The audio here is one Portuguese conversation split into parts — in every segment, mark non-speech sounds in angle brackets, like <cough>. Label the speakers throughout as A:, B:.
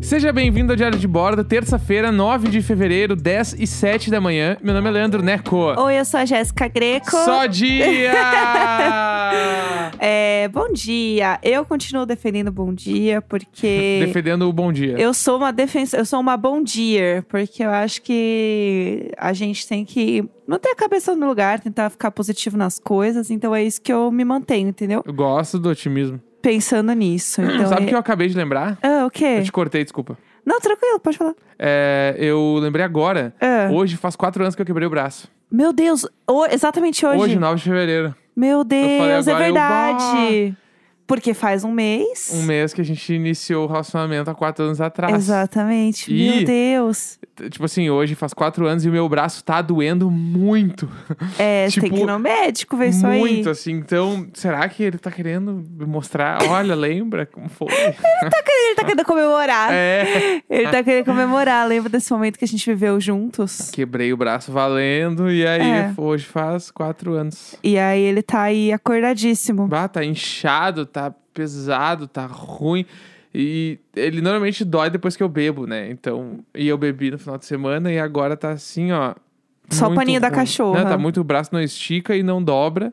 A: Seja bem-vindo ao Diário de Bordo, terça-feira, 9 de fevereiro, 10 e 7 da manhã. Meu nome é Leandro Neco.
B: Oi, eu sou a Jéssica Greco.
A: Só
B: <laughs>
A: dia!
B: É, bom dia. Eu continuo defendendo bom
A: <laughs>
B: dia porque
A: Defendendo o bom dia.
B: eu sou uma defensa, eu sou uma bom dia, porque eu acho que a gente tem que manter a cabeça no lugar, tentar ficar positivo nas coisas, então é isso que eu me mantenho, entendeu?
A: Eu gosto do otimismo.
B: Pensando nisso. Então
A: Hum, Sabe o
B: é...
A: que eu acabei de lembrar?
B: Ah, o
A: Eu
B: quê?
A: te cortei, desculpa.
B: Não, tranquilo, pode falar.
A: É, eu lembrei agora.
B: Ah.
A: Hoje faz quatro anos que eu quebrei o braço.
B: Meu Deus, ho- exatamente hoje.
A: Hoje, 9 de fevereiro.
B: Meu Deus, é
A: agora, eu, bah!
B: verdade. Porque faz um mês.
A: Um mês que a gente iniciou o relacionamento há quatro anos atrás.
B: Exatamente.
A: E-
B: Meu Deus.
A: T- Tipo assim, hoje faz quatro anos e o meu braço tá doendo muito.
B: É,
A: Tipo,
B: tem que ir no médico ver isso aí.
A: muito, assim. Então, será que ele tá querendo me mostrar? Olha, lembra como
B: <laughs>
A: foi?
B: Ele tá querendo comemorar.
A: é.
B: Ele tá querendo comemorar. Lembra desse momento que a gente viveu juntos?
A: Quebrei o braço valendo e aí
B: É.
A: hoje faz quatro anos.
B: E aí ele tá aí acordadíssimo.
A: Bah, tá inchado, tá pesado, tá ruim. E ele normalmente dói depois que eu bebo, né? Então, e eu bebi no final de semana e agora tá assim, ó.
B: Só o
A: muito
B: paninho da
A: ruim.
B: cachorra.
A: Não, tá muito, o braço não estica e não dobra,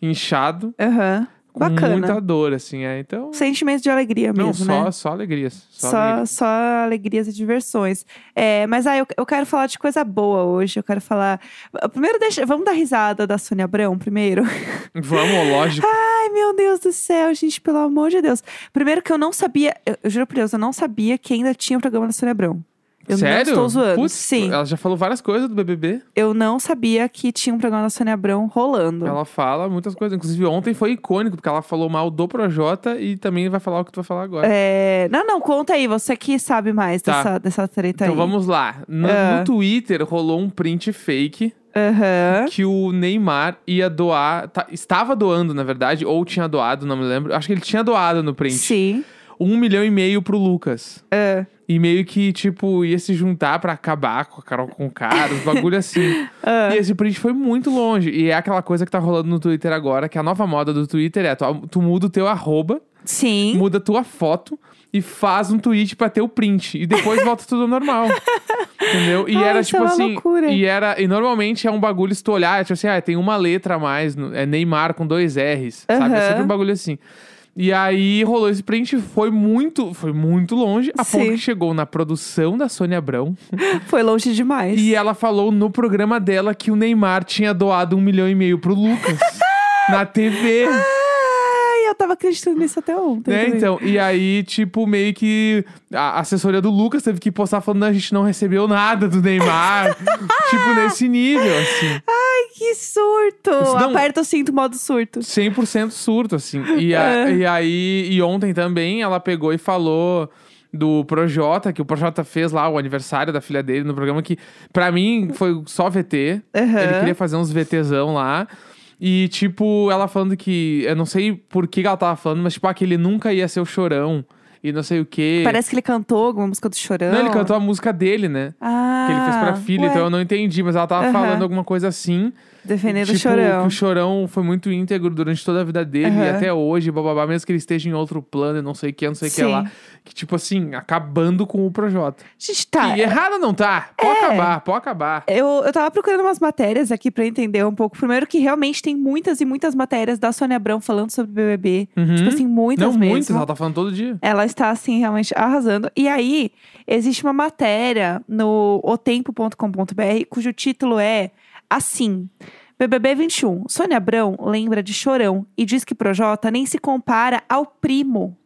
A: inchado,
B: Aham.
A: com
B: Bacana.
A: muita dor, assim, é. Então,
B: Sentimento de alegria
A: não,
B: mesmo,
A: só,
B: né?
A: só alegrias. Só,
B: Só,
A: alegrias.
B: só alegrias e diversões. É, mas aí eu, eu quero falar de coisa boa hoje. Eu quero falar. Primeiro, deixa, vamos dar risada da Sônia Abrão primeiro.
A: Vamos, lógico.
B: Ai, meu Deus do céu, gente, pelo amor de Deus. Primeiro que eu não sabia, eu, eu juro por Deus, eu não sabia que ainda tinha o programa da Sônia Abrão. <laughs> Eu
A: Sério?
B: não estou zoando.
A: Putz,
B: Sim,
A: Ela já falou várias coisas do BBB.
B: eu não sabia que tinha um programa da Sônia Abrão rolando.
A: Ela fala muitas coisas. Inclusive, ontem foi icônico, porque ela falou mal do Projota e também vai falar o que tu vai falar agora.
B: É, Não, não, conta aí, você que sabe mais
A: Tá.
B: dessa, dessa treta
A: Então
B: aí.
A: vamos lá. No,
B: Ah.
A: no Twitter rolou um print fake
B: Aham.
A: que o Neymar ia doar. tá- estava doando, na verdade, ou tinha doado, não me lembro. Acho que ele tinha doado no print.
B: Sim.
A: Um milhão e meio pro Lucas.
B: É.
A: E meio que, tipo, ia se juntar pra acabar com a Carol com cara, uns bagulho assim. E esse print foi muito longe. E é aquela coisa que tá rolando no Twitter agora, que a nova moda do Twitter é: tu, tu muda o teu arroba,
B: Sim.
A: muda a tua foto e faz um tweet pra ter o print. E depois volta tudo ao
B: <laughs>
A: normal. Entendeu? E
B: Ai,
A: era
B: isso
A: tipo
B: é uma
A: assim.
B: loucura.
A: E era. E normalmente é um bagulho, se tu olhar, é tipo assim, ah, tem uma letra a mais. no- É Neymar com dois R's. Sabe? É
B: Aham.
A: sempre um bagulho assim. E aí rolou esse print, foi muito, foi muito longe, a ponto
B: Sim.
A: que chegou na produção da Sônia Abrão.
B: Foi longe demais.
A: E é- ela falou no programa dela que o Neymar tinha doado um milhão e meio pro Lucas.
B: <laughs>
A: na TV.
B: Ai, eu tava acreditando nisso até ontem.
A: Né,
B: também.
A: então, e aí, tipo, meio que a assessoria do Lucas teve que postar falando, "Não, a gente não recebeu nada do
B: <laughs>
A: Neymar. tipo, nesse nível, assim.
B: Que surto!
A: Isso não-
B: Aperta o cinto, modo surto.
A: 100% surto, assim. E, a-
B: É.
A: e aí, e ontem também, ela pegou e falou do Projota, que o Projota fez lá o aniversário da filha dele no programa, que pra mim foi só VT.
B: Aham.
A: Ele queria fazer uns VTzão lá. E, tipo, ela falando que. Eu não sei por que que ela tava falando, mas, tipo, ah, que ele nunca ia ser o chorão. E não sei o quê.
B: Parece que ele cantou alguma música do Chorão.
A: Não, ele cantou a música dele, né?
B: Então. Ah,
A: que ele fez pra filha,
B: ué,
A: então eu não entendi, mas ela tava
B: Aham.
A: falando alguma coisa assim.
B: Defendendo
A: tipo,
B: o Chorão.
A: que o Chorão foi muito íntegro durante toda a vida dele e
B: Aham.
A: até hoje, bababá, mesmo que ele esteja em outro plano e não sei o que, não sei o que
B: Sim.
A: lá. Que tipo assim, acabando com o Projota.
B: Gente, tá.
A: E errada não tá? Pode
B: É.
A: acabar, pode acabar.
B: Eu, eu tava procurando umas matérias aqui pra entender um pouco. Primeiro que realmente tem muitas e muitas matérias da Sônia Abrão falando sobre BBB.
A: Uhum.
B: Tipo assim, muitas
A: não
B: mesmo.
A: muitas, ela tá falando todo dia.
B: Ela está, assim, realmente arrasando. E aí, existe uma matéria no otempo.com.br cujo título é Assim. BBB 21. Sônia Abrão lembra de Chorão e diz que Projota nem se compara ao primo.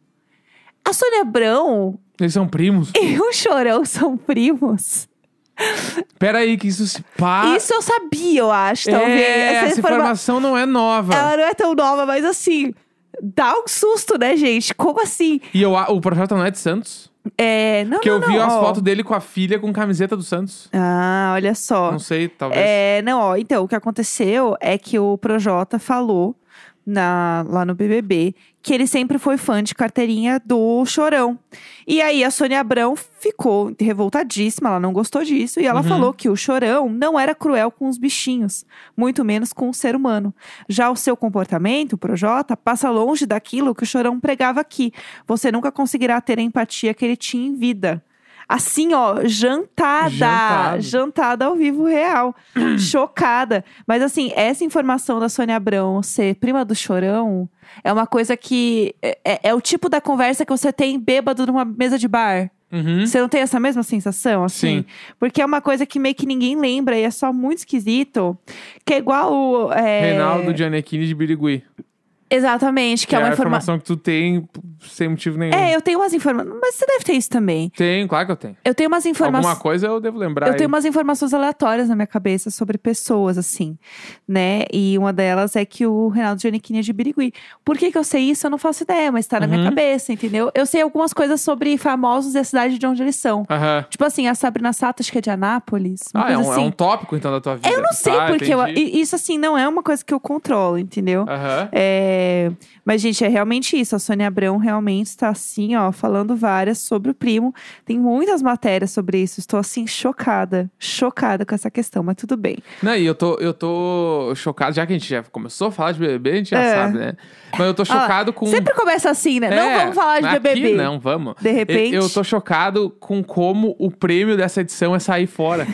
B: A Sônia Abrão
A: Eles são primos.
B: e o Chorão são primos?
A: Pera aí, que isso se pá.
B: Isso eu sabia, eu acho, talvez.
A: Ah. é, essa
B: informa-
A: informação não é nova.
B: Ela não é tão nova, mas assim, dá um susto, né, gente? Como assim?
A: E eu, a- o Projota não é de Santos?
B: É, não,
A: Porque
B: não,
A: eu vi
B: não,
A: as
B: ó.
A: fotos dele com a filha com camiseta do Santos.
B: Ah, olha só.
A: Não sei, talvez.
B: É, não, ó, então, o que aconteceu é que o Projota falou na- lá no BBB, que ele sempre foi fã de carteirinha do Chorão. E aí a Sônia Abrão ficou revoltadíssima, ela não gostou disso, e ela
A: Uhum.
B: falou que o Chorão não era cruel com os bichinhos, muito menos com o ser humano. Já o seu comportamento, o Projota, passa longe daquilo que o Chorão pregava aqui. Você nunca conseguirá ter a empatia que ele tinha em vida. Assim, ó, jantada.
A: Jantado.
B: Jantada ao vivo real. <clears throat> Chocada. Mas assim, essa informação da Sônia Abrão ser prima do Chorão é uma coisa que é, é- é o tipo da conversa que você tem bêbado numa mesa de bar.
A: Uhum.
B: Você não tem essa mesma sensação, assim?
A: Sim.
B: Porque é uma coisa que meio que ninguém lembra e é só muito esquisito. Que é igual o. é,
A: Reinaldo Gianecchini de Birigui.
B: Exatamente, que,
A: Que
B: é uma
A: a
B: informação.
A: informação que tu tem p- sem motivo nenhum.
B: É, eu tenho umas informações. Mas você deve ter isso também.
A: Tenho, claro que eu tenho.
B: Eu tenho umas informações.
A: Alguma coisa eu devo lembrar.
B: Eu
A: aí.
B: tenho umas informações aleatórias na minha cabeça sobre pessoas, assim, né? E uma delas é que o Reinaldo Giannichini é de Birigui. Por que, que eu sei isso? Eu não faço ideia, mas tá na minha
A: Uhum.
B: cabeça, entendeu? Eu sei algumas coisas sobre famosos da cidade de onde eles são.
A: Aham.
B: Tipo assim, a Sabrina Sato, acho que é de Anápolis. Uma
A: Ah, é
B: coisa
A: um, é
B: assim.
A: um tópico então da tua vida.
B: Eu não sei
A: Tá,
B: porque eu-
A: entendi.
B: i- isso, assim, não é uma coisa que eu controlo, entendeu?
A: Aham.
B: É, Mas, gente, é realmente isso. A Sônia Abrão realmente está assim, ó, falando várias sobre o primo. Tem muitas matérias sobre isso. Estou, assim, chocada. Chocada com essa questão, mas tudo bem.
A: Não, e eu tô, eu tô chocado, já que a gente já começou a falar de BBB, a gente já
B: É.
A: sabe, né? Mas eu tô chocado com.
B: Sempre começa assim, né?
A: É,
B: não vamos falar de
A: aqui
B: BBB.
A: Não, vamos.
B: De repente.
A: Eu, eu tô chocado com como o prêmio dessa edição é sair
B: <laughs>
A: fora.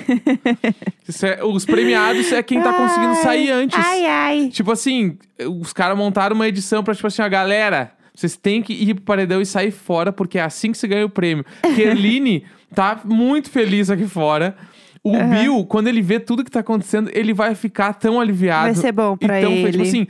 A: Isso é- os premiados é quem tá conseguindo
B: Ai,
A: sair antes.
B: Ai, ai.
A: Tipo assim, os caras montaram uma edição pra, tipo assim, a galera, vocês têm que ir pro paredão e sair fora, porque é assim que se ganha o
B: <laughs>
A: prêmio. Kerline tá muito feliz aqui fora. O Bill, quando ele vê tudo que tá acontecendo, ele vai ficar tão aliviado.
B: Vai ser bom pra
A: então, foi
B: ele.
A: tipo assim.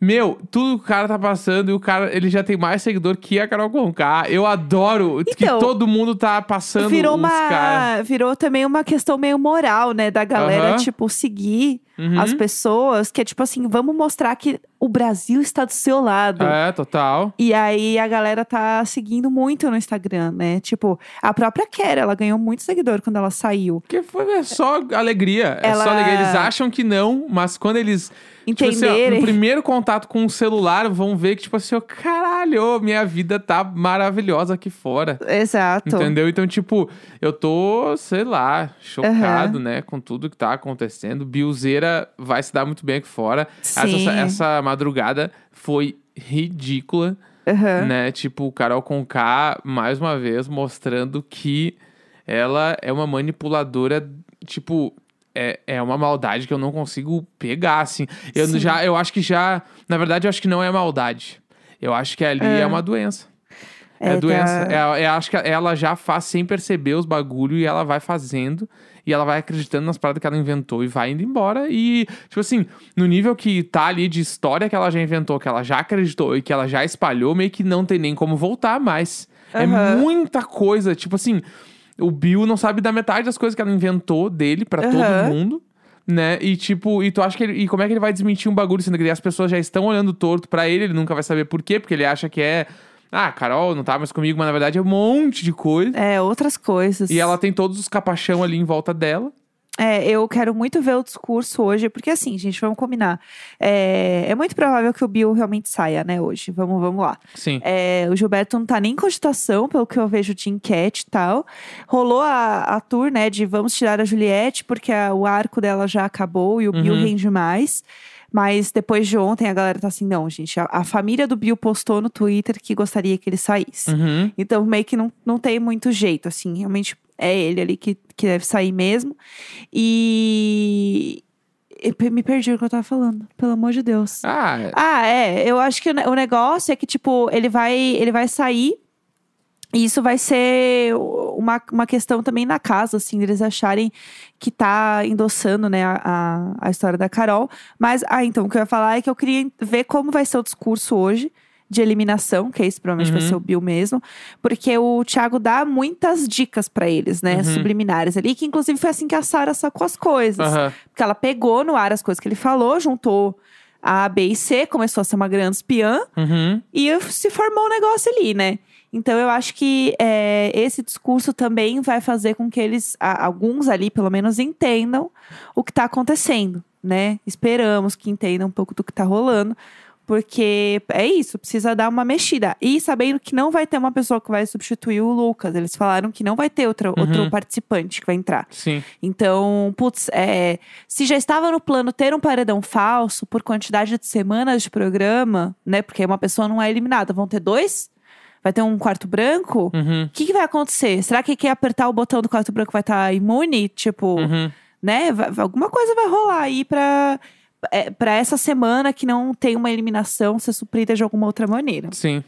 A: Meu, tudo que o cara tá passando e o cara, ele já tem mais seguidor que a Carol Conká. Eu adoro que
B: Então,
A: todo mundo tá passando
B: Virou,
A: os caras.
B: uma, virou também uma questão meio moral, né? Da galera,
A: Aham.
B: tipo, seguir
A: Uhum.
B: as pessoas. Que é tipo assim, vamos mostrar que o Brasil está do seu lado.
A: É, total.
B: E aí a galera tá seguindo muito no Instagram, né? Tipo, a própria Kera, ela ganhou muito seguidor quando ela saiu.
A: Porque foi é só alegria. É
B: Ela-
A: só alegria. Eles acham que não, mas quando eles. Tipo assim, ó,
B: Entenderem.
A: no primeiro contato com o celular, vão ver que, tipo assim, ó, caralho, minha vida tá maravilhosa aqui fora.
B: Exato.
A: Entendeu? Então, tipo, eu tô, sei lá, chocado, né, com tudo que tá acontecendo. Bilzeira vai se dar muito bem aqui fora. Essa-
B: Sim.
A: Essa, essa madrugada foi ridícula,
B: Aham.
A: né? Tipo, Carol Conká, mais uma vez, mostrando que ela é uma manipuladora, tipo. É, é uma maldade que eu não consigo pegar, assim. Eu
B: Sim.
A: já, eu acho que já. Na verdade, eu acho que não é maldade. Eu acho que ali é, uma doença. É,
B: tá-
A: doença. É, eu acho que ela já faz sem perceber os bagulho e ela vai fazendo e ela vai acreditando nas paradas que ela inventou e vai indo embora. E, tipo assim, no nível que tá ali de história que ela já inventou, que ela já acreditou e que ela já espalhou, meio que não tem nem como voltar mais. É
B: Aham.
A: muita coisa. Tipo assim, o Bill não sabe da metade das coisas que ela inventou dele pra
B: Aham.
A: todo mundo. Né? E tipo, e tu acha que ele, e como é que ele vai desmentir um bagulho sendo que as pessoas já estão olhando torto pra ele, ele nunca vai saber por quê, porque ele acha que é, ah, Carol não tá mais comigo, mas na verdade é um monte de coisa.
B: É, outras coisas.
A: E ela tem todos os capachão ali em volta dela.
B: É, eu quero muito ver o discurso hoje, porque assim, gente, vamos combinar. É, é muito provável que o Bill realmente saia, né, hoje. Vamos, vamos lá.
A: Sim.
B: É, o Gilberto não tá nem em cogitação, pelo que eu vejo de enquete e tal. Rolou a, a tour, né, de vamos tirar a Juliette, porque a- o arco dela já acabou e o Bill
A: Uhum.
B: rende mais. Mas depois de ontem, a galera tá assim, não, gente, a, a família do Bill postou no Twitter que gostaria que ele saísse.
A: Uhum.
B: Então, meio que não, não tem muito jeito, assim. Realmente é ele ali que, que deve sair mesmo. E... eu pe- me perdi o que eu tava falando, pelo amor de Deus.
A: Ah, é.
B: Ah, é. Eu acho que o ne- o negócio é que, tipo, ele vai, ele vai sair. E isso vai ser u- uma, uma questão também na casa, assim, deles acharem que tá endossando, né, a, a- a história da Carol. Mas, ah, então, o que eu ia falar é que eu queria ver como vai ser o discurso hoje de eliminação, que é isso provavelmente vai
A: Uhum.
B: ser o Bill mesmo, porque o Thiago dá muitas dicas pra eles, né,
A: Uhum.
B: subliminares ali, que inclusive foi assim que a Sarah sacou as coisas.
A: Aham.
B: Porque ela pegou no ar as coisas que ele falou, juntou a, B e C, começou a ser uma grande espiã
A: Uhum.
B: e se formou um negócio ali, né? Então eu acho que é, esse discurso também vai fazer com que eles, a- alguns ali, pelo menos, entendam o que tá acontecendo, né? Esperamos que entendam um pouco do que tá rolando. Porque é isso, precisa dar uma mexida. E sabendo que não vai ter uma pessoa que vai substituir o Lucas. Eles falaram que não vai ter outra, outro participante que vai entrar.
A: Sim.
B: Então, putz, é, se já estava no plano ter um paredão falso por quantidade de semanas de programa, né? Porque uma pessoa não é eliminada, vão ter dois? Vai ter um quarto branco?
A: Uhum.
B: O que, que vai acontecer? Será que quem apertar o botão do quarto branco vai estar imune? Tipo,
A: Uhum.
B: né? vai- vai- alguma coisa vai rolar aí pra, é, pra essa semana que não tem uma eliminação ser suprida de alguma outra maneira.
A: Sim.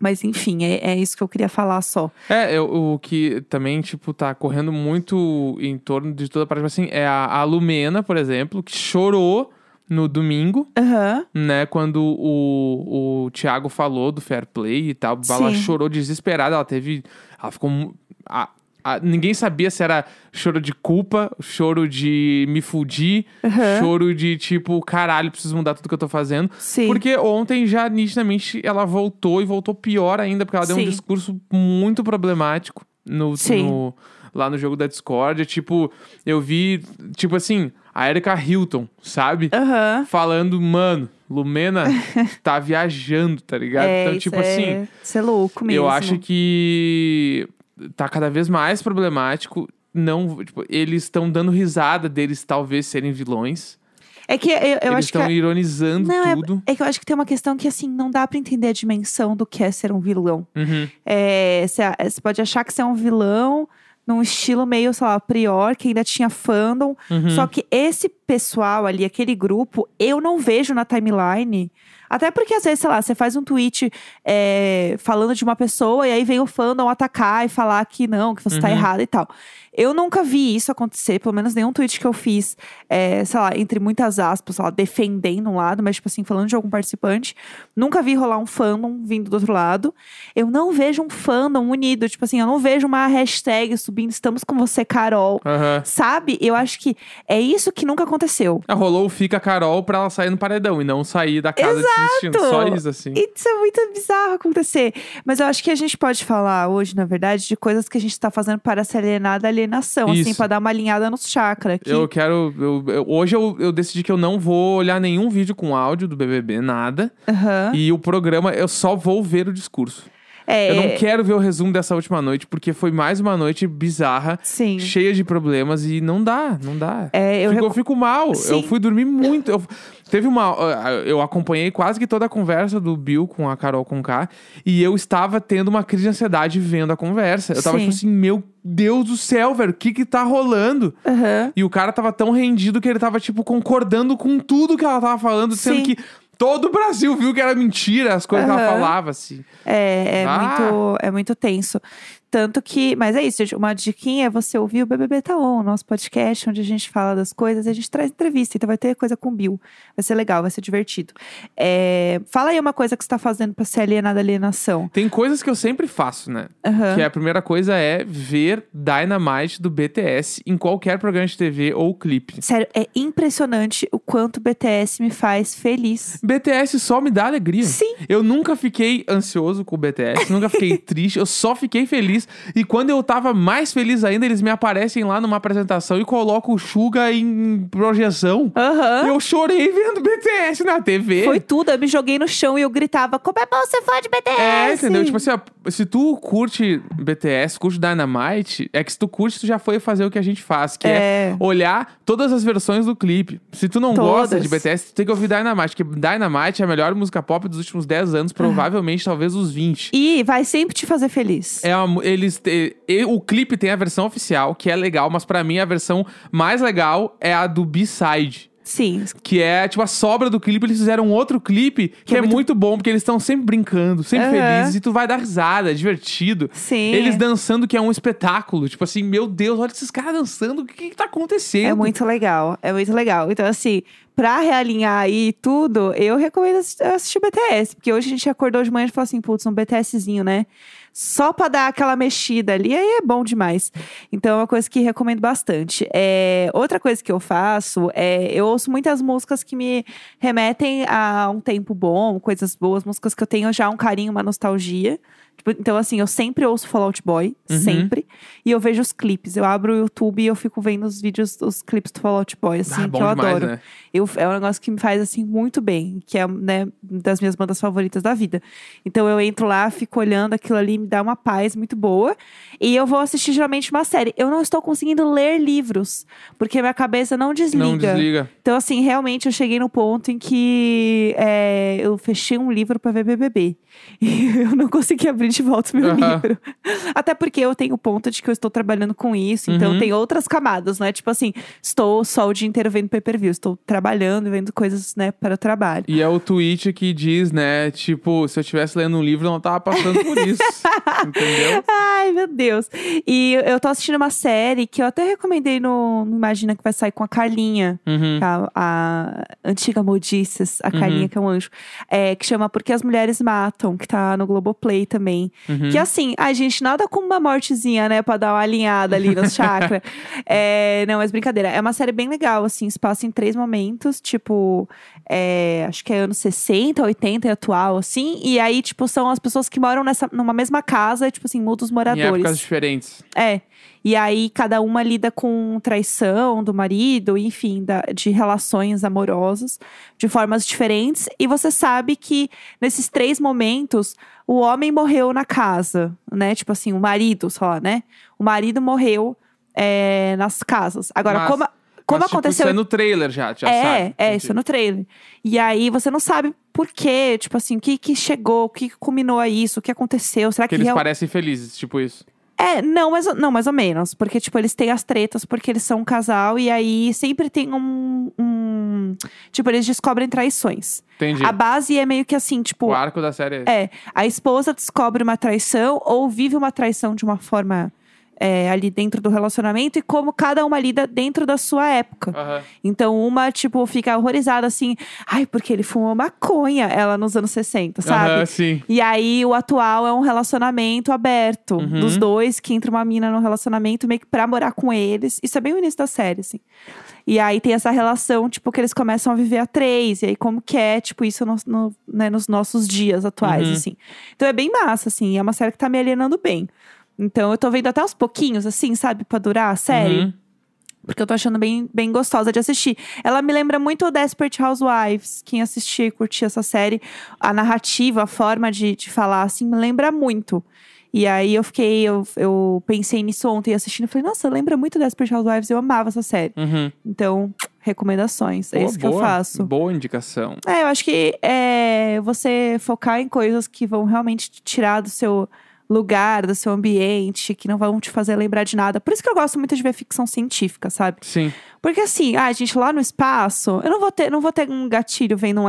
B: Mas enfim, é, é isso que eu queria falar só.
A: É, eu- o que também, tipo, tá correndo muito em torno de toda a parte. Mas, assim, é a, a Lumena, por exemplo, que chorou no domingo,
B: Aham.
A: né? Quando o, o Thiago falou do fair play e tal. Ela
B: Sim.
A: chorou desesperada. Ela teve. Ela ficou. mu- a- a- ninguém sabia se era choro de culpa, choro de me fudir,
B: Aham.
A: choro de tipo, caralho, preciso mudar tudo que eu tô fazendo.
B: Sim.
A: Porque ontem já nitidamente ela voltou e voltou pior ainda, porque ela deu um
B: Sim.
A: discurso muito problemático no,
B: Sim.
A: no- lá no jogo da Discord. Tipo, eu vi, tipo assim, a Erika Hilton, sabe?
B: Aham.
A: Falando, mano,
B: <laughs>
A: Lumena tá viajando, tá ligado?
B: É,
A: então,
B: isso
A: tipo
B: é...
A: assim,
B: Isso é louco mesmo.
A: eu acho que tá cada vez mais problemático. Não, tipo, eles estão dando risada deles talvez serem vilões.
B: É que eu, eu
A: eles
B: acho que.
A: estão ironizando
B: Não, é-
A: tudo.
B: É que eu acho que tem uma questão que, assim, não dá pra entender a dimensão do que é ser um vilão.
A: Uhum.
B: É, Você você pode achar que você é um vilão num estilo meio, sei lá, prior, que ainda tinha fandom.
A: Uhum.
B: Só que esse pessoal ali, aquele grupo, eu não vejo na timeline. Até porque, às vezes, sei lá, você faz um tweet é, falando de uma pessoa e aí vem o fandom atacar e falar que não, que você tá
A: Uhum.
B: errado e tal. Eu nunca vi isso acontecer, pelo menos nenhum tweet que eu fiz, é, sei lá, entre muitas aspas, sei lá, defendendo um lado, mas, tipo assim, falando de algum participante. Nunca vi rolar um fandom vindo do outro lado. Eu não vejo um fandom unido, tipo assim, eu não vejo uma hashtag subindo, estamos com você, Carol.
A: Aham.
B: Sabe? Eu acho que é isso que nunca aconteceu.
A: Ah, Rolou o Fica Carol pra ela sair no paredão e não sair da casa desistindo. Só isso, assim.
B: Isso é muito bizarro acontecer. Mas eu acho que a gente pode falar hoje, na verdade, de coisas que a gente tá fazendo para se alienar da alienação, assim,
A: Isso.
B: pra dar uma alinhada no chakra. Que...
A: Eu quero. eu- eu- hoje eu, eu decidi que eu não vou olhar nenhum vídeo com áudio do BBB, nada.
B: Aham.
A: E o programa, eu só vou ver o discurso.
B: É,
A: Eu não quero ver o resumo dessa última noite, porque foi mais uma noite bizarra,
B: Sim.
A: cheia de problemas e não dá, não dá.
B: É, eu
A: Fico,
B: recu-
A: eu fico mal. Eu
B: Sim.
A: fui dormir muito. Eu- teve uma. Eu acompanhei quase que toda a conversa do Bill com a Carol Conká. E eu estava tendo uma crise de ansiedade vendo a conversa. Eu tava
B: Sim.
A: tipo assim, meu Deus do céu, velho, o que que tá rolando?
B: Aham.
A: E o cara tava tão rendido que ele tava, tipo, concordando com tudo que ela tava falando, sendo
B: Sim.
A: que todo o Brasil viu que era mentira as coisas que ela
B: Aham.
A: falava, assim.
B: É, é
A: Ah.
B: muito, é muito tenso. Tanto que, mas é isso, gente. Uma diquinha é você ouvir o BBB Tá On, nosso podcast, onde a gente fala das coisas e a gente traz entrevista. Então vai ter coisa com o Bill. Vai ser legal, vai ser divertido. É, fala aí uma coisa que você tá fazendo pra se alienar da alienação.
A: Tem coisas que eu sempre faço, né?
B: Aham.
A: Que a primeira coisa é ver Dynamite do BTS em qualquer programa de TV ou clipe.
B: Sério, é impressionante o quanto o BTS me faz feliz.
A: BTS só me dá alegria.
B: Sim.
A: Eu nunca fiquei ansioso com o
B: <laughs>
A: BTS, nunca fiquei triste, eu só fiquei feliz. E quando eu tava mais feliz ainda, eles me aparecem lá numa apresentação e colocam o Suga em projeção.
B: Aham.
A: Eu chorei vendo BTS na TV.
B: Foi tudo, eu me joguei no chão e eu gritava: Como é bom ser fã de BTS?
A: É, entendeu? Tipo assim, ó, se tu curte BTS, curte Dynamite, é que se tu curte, tu já foi fazer o que a gente faz, que é,
B: É.
A: olhar todas as versões do clipe. Se tu não gosta
B: Todas.
A: de BTS, tu tem que ouvir Dynamite, porque Dynamite é a melhor música pop dos últimos 10 anos, provavelmente talvez os 20.
B: E vai sempre te fazer feliz.
A: É uma- eles te- e- o clipe tem a versão oficial, que é legal, mas pra mim a versão mais legal é a do B-side.
B: Sim.
A: Que é, tipo, a sobra do clipe. Eles fizeram um outro clipe que,
B: é
A: é muito...
B: muito-
A: bom, porque eles estão sempre brincando, sempre
B: Aham.
A: felizes. E tu vai dar risada, é divertido.
B: Sim.
A: Eles dançando, que é um espetáculo. Tipo assim, meu Deus, olha esses caras dançando. O que que tá acontecendo?
B: É muito legal, é muito legal. Então, assim, pra realinhar aí tudo, eu recomendo assi- assistir BTS. Porque hoje a gente acordou de manhã e falou assim, putz, um BTSzinho, né? só pra dar aquela mexida ali, aí é bom demais. Então é uma coisa que recomendo bastante. É, outra coisa que eu faço é eu ouço muitas músicas que me remetem a um tempo bom, coisas boas, músicas que eu tenho já um carinho, uma nostalgia. Tipo, então, assim, eu sempre ouço Fallout Boy,
A: Uhum.
B: sempre. E eu vejo os clipes. Eu abro o YouTube e eu fico vendo os vídeos, os clipes do Fallout Boy, assim,
A: ah,
B: que
A: bom
B: eu
A: demais,
B: adoro.
A: né?
B: Eu- é um negócio que me faz, assim, muito bem. Que é, né, das minhas bandas favoritas da vida. Então eu entro lá, fico olhando aquilo ali, me dá uma paz muito boa. E eu vou assistir, geralmente, uma série. Eu não estou conseguindo ler livros. Porque minha cabeça não desliga.
A: Não desliga.
B: Então, assim, realmente eu cheguei no ponto em que é, eu fechei um livro pra ver BBB. <laughs> E eu não consegui abrir de volta o meu
A: Aham.
B: livro. Até porque eu tenho o ponto de que eu estou trabalhando com isso, então
A: Uhum.
B: tem outras camadas, não é tipo assim, estou só o dia inteiro vendo pay per view, estou trabalhando, e vendo coisas, né, para o trabalho.
A: E é o tweet que diz, né? Tipo, se eu estivesse lendo um livro, eu não tava passando
B: <laughs>
A: por isso. entendeu?
B: Ai, meu Deus. E eu tô assistindo uma série que eu até recomendei no, no Imagina que vai sair com a Carlinha.
A: Uhum.
B: A, a antiga Modices, a Carlinha, que é um anjo, é, que chama Porque as Mulheres Matam, que tá no Globoplay também.
A: Uhum.
B: Que assim, ai gente, nada como uma mortezinha, né, pra dar uma alinhada ali no
A: <laughs>
B: chakra. É, não, mas brincadeira. É uma série bem legal, assim, se passa em três momentos, tipo, é, acho que é anos 60, 80 e atual, assim. E aí, tipo, são as pessoas que moram nessa, numa mesma casa, tipo assim, muda os
A: Em
B: moradores.
A: épocas diferentes.
B: É. E aí cada uma lida com traição do marido, enfim, da- de relações amorosas de formas diferentes. E você sabe que nesses três momentos o homem morreu na casa, né? Tipo assim, o marido só, né? O marido morreu é, nas casas. Agora,
A: Mas-
B: como, como
A: Mas, tipo,
B: aconteceu
A: Isso é no trailer já, já
B: é,
A: sabe.
B: é, isso é
A: Entendi.
B: no trailer. E aí você não sabe por quê, tipo assim, o que que chegou, o que que culminou a isso, o que aconteceu, será
A: Que
B: que,
A: eles
B: real-
A: parecem felizes, tipo isso.
B: é, não mais, não, mais ou menos. Porque, tipo, eles têm as tretas porque eles são um casal e aí sempre tem um. um- tipo, eles descobrem traições.
A: Entendi.
B: A base é meio que assim, tipo,
A: O arco da série é.
B: é, a esposa descobre uma traição ou vive uma traição de uma forma é, ali dentro do relacionamento e como cada uma lida dentro da sua época.
A: Aham.
B: Então, uma, tipo, fica horrorizada assim, ai, porque ele fumou maconha, ela nos anos 60, sabe?
A: Aham, sim.
B: E aí, o atual é um relacionamento aberto
A: Uhum.
B: dos dois, que entra uma mina no relacionamento meio que pra morar com eles. Isso é bem o início da série, assim. E aí tem essa relação, tipo, que eles começam a viver a três, e aí como que é, tipo, isso no- no- né, nos nossos dias atuais,
A: Uhum.
B: assim. Então é bem massa, assim, é uma série que tá me alienando bem. Então eu tô vendo até aos pouquinhos, assim, sabe, pra durar a série.
A: Uhum.
B: Porque eu tô achando bem, bem gostosa de assistir. Ela me lembra muito Desperate Housewives. Quem assistia e curtia essa série, a narrativa, a forma de, de falar, assim, me lembra muito. E aí eu fiquei, eu, eu pensei nisso ontem assistindo. Falei, nossa, lembra muito Desperate Housewives. Eu amava essa série.
A: Uhum.
B: Então, recomendações. é
A: Boa,
B: isso que eu
A: boa.
B: faço.
A: Boa indicação.
B: É, eu acho que é, você focar em coisas que vão realmente te tirar do seu lugar, do seu ambiente, que não vão te fazer lembrar de nada. Por isso que eu gosto muito de ver ficção científica, sabe?
A: Sim.
B: Porque assim, ah, gente, lá no espaço, eu não vou ter, não vou ter um gatilho vendo um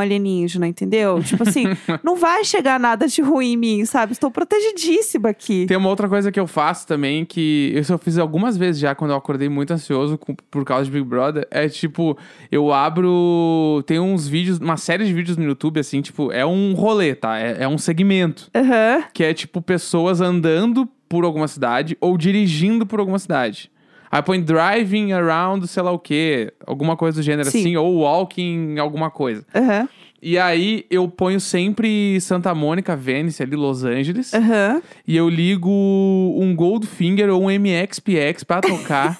A: <laughs>
B: alienígena, entendeu? Tipo assim, não vai chegar nada de ruim em mim, sabe? Estou protegidíssima aqui.
A: Tem uma outra coisa que eu faço também, que isso eu fiz algumas vezes já quando eu acordei muito ansioso com- por causa de Big Brother. É tipo, eu abro. Tem uns vídeos, uma série de vídeos no YouTube, assim, tipo, é um rolê, tá? É, é um segmento.
B: Aham.
A: Que é tipo pessoas andando por alguma cidade ou dirigindo por alguma cidade. Aí põe driving around, sei lá o quê, alguma coisa do gênero
B: Sim.
A: assim, ou walking alguma coisa.
B: Aham.
A: E aí eu ponho sempre Santa Mônica, Vênice, ali, Los Angeles.
B: Aham.
A: E eu ligo um Goldfinger ou um MXPX pra
B: <laughs>
A: tocar.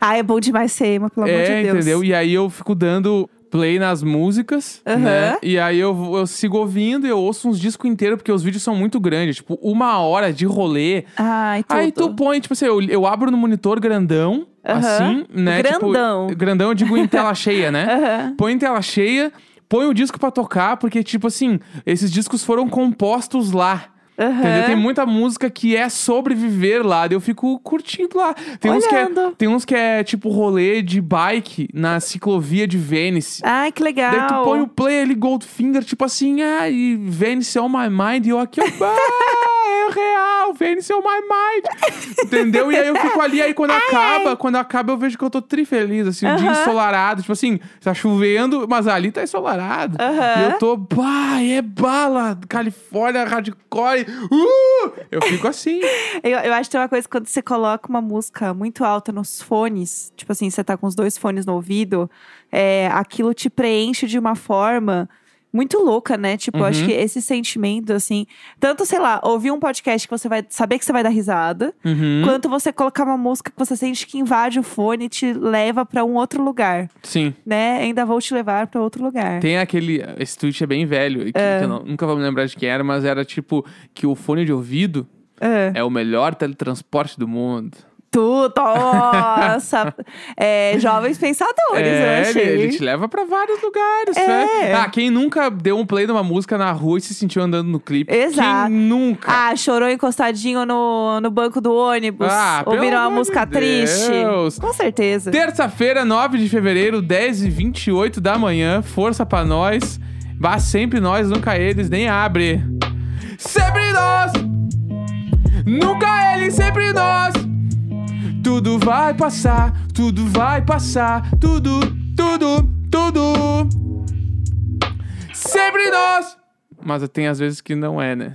B: Ah, é bom demais ser emo, pelo amor
A: é,
B: de Deus.
A: entendeu? E aí eu fico dando play nas músicas,
B: Aham.
A: né? E aí eu, vou- eu sigo ouvindo e eu ouço uns discos inteiros, porque os vídeos são muito grandes. Tipo, uma hora de rolê.
B: Ai, tudo.
A: Aí tu põe, tipo assim, eu, eu abro no monitor grandão,
B: Aham.
A: assim, né?
B: Grandão.
A: Tipo, grandão, eu digo em
B: <laughs>
A: tela cheia, né?
B: Aham.
A: Põe em tela cheia, põe o disco pra tocar, porque, tipo assim, esses discos foram compostos lá.
B: Aham.
A: Entendeu? Tem muita música que é sobre viver lá, daí eu fico curtindo lá. Tem uns, que é,
B: Olhando.
A: tem uns que é tipo rolê de bike na ciclovia de Vênice.
B: Ai, que legal.
A: Daí tu põe um o é play ali, Goldfinger, tipo assim, <laughs> ah, e Vênice on my mind, e eu aqui, ó, ah, vida real, venceu my mind. Entendeu? E aí eu fico ali, aí
B: <laughs>
A: quando acaba, quando acaba eu vejo que eu tô trifeliz, assim, o dia
B: Aham.
A: ensolarado. Tipo assim, tá chovendo, mas ali tá ensolarado.
B: Aham.
A: E eu tô, bah, é bala, Califórnia, hardcore, uh! Eu fico assim.
B: Eu, eu acho que tem uma coisa quando você coloca uma música muito alta nos fones, tipo assim, você tá com os dois fones no ouvido, é, aquilo te preenche de uma forma muito louca, né? Tipo, eu acho
A: Uhum.
B: que esse sentimento, assim. Tanto, sei lá, ouvir um podcast que você vai saber que você vai dar risada,
A: Uhum.
B: quanto você colocar uma música que você sente que invade o fone e te leva pra um outro lugar,
A: Sim.
B: né? Ainda vou te levar pra outro lugar.
A: Tem aquele. Esse tweet é bem velho, que, que
B: Ah.
A: eu não- nunca vou me lembrar de quem era, mas era tipo que o fone de ouvido
B: Ah.
A: é o melhor teletransporte do mundo.
B: Tudo!
A: <laughs>
B: Nossa! É, jovens pensadores,
A: é,
B: eu
A: ele,
B: achei. É.
A: ele te leva pra vários lugares, né? Ah, quem nunca deu um play numa música na rua e se sentiu andando no clipe?
B: Exato.
A: Quem nunca?
B: Ah, chorou encostadinho no, no banco do ônibus.
A: Ah, pelo
B: ouviram uma
A: amor de
B: música triste.
A: Deus.
B: Com certeza.
A: Terça-feira, 9 de fevereiro, 10h28 da manhã. Força pra nós. Vá sempre nós, nunca eles, nem abre. Sempre nós! Nunca eles, sempre nós! Tudo vai passar, tudo vai passar, tudo, tudo, tudo! Sempre nós! Mas tem às vezes que não é, né?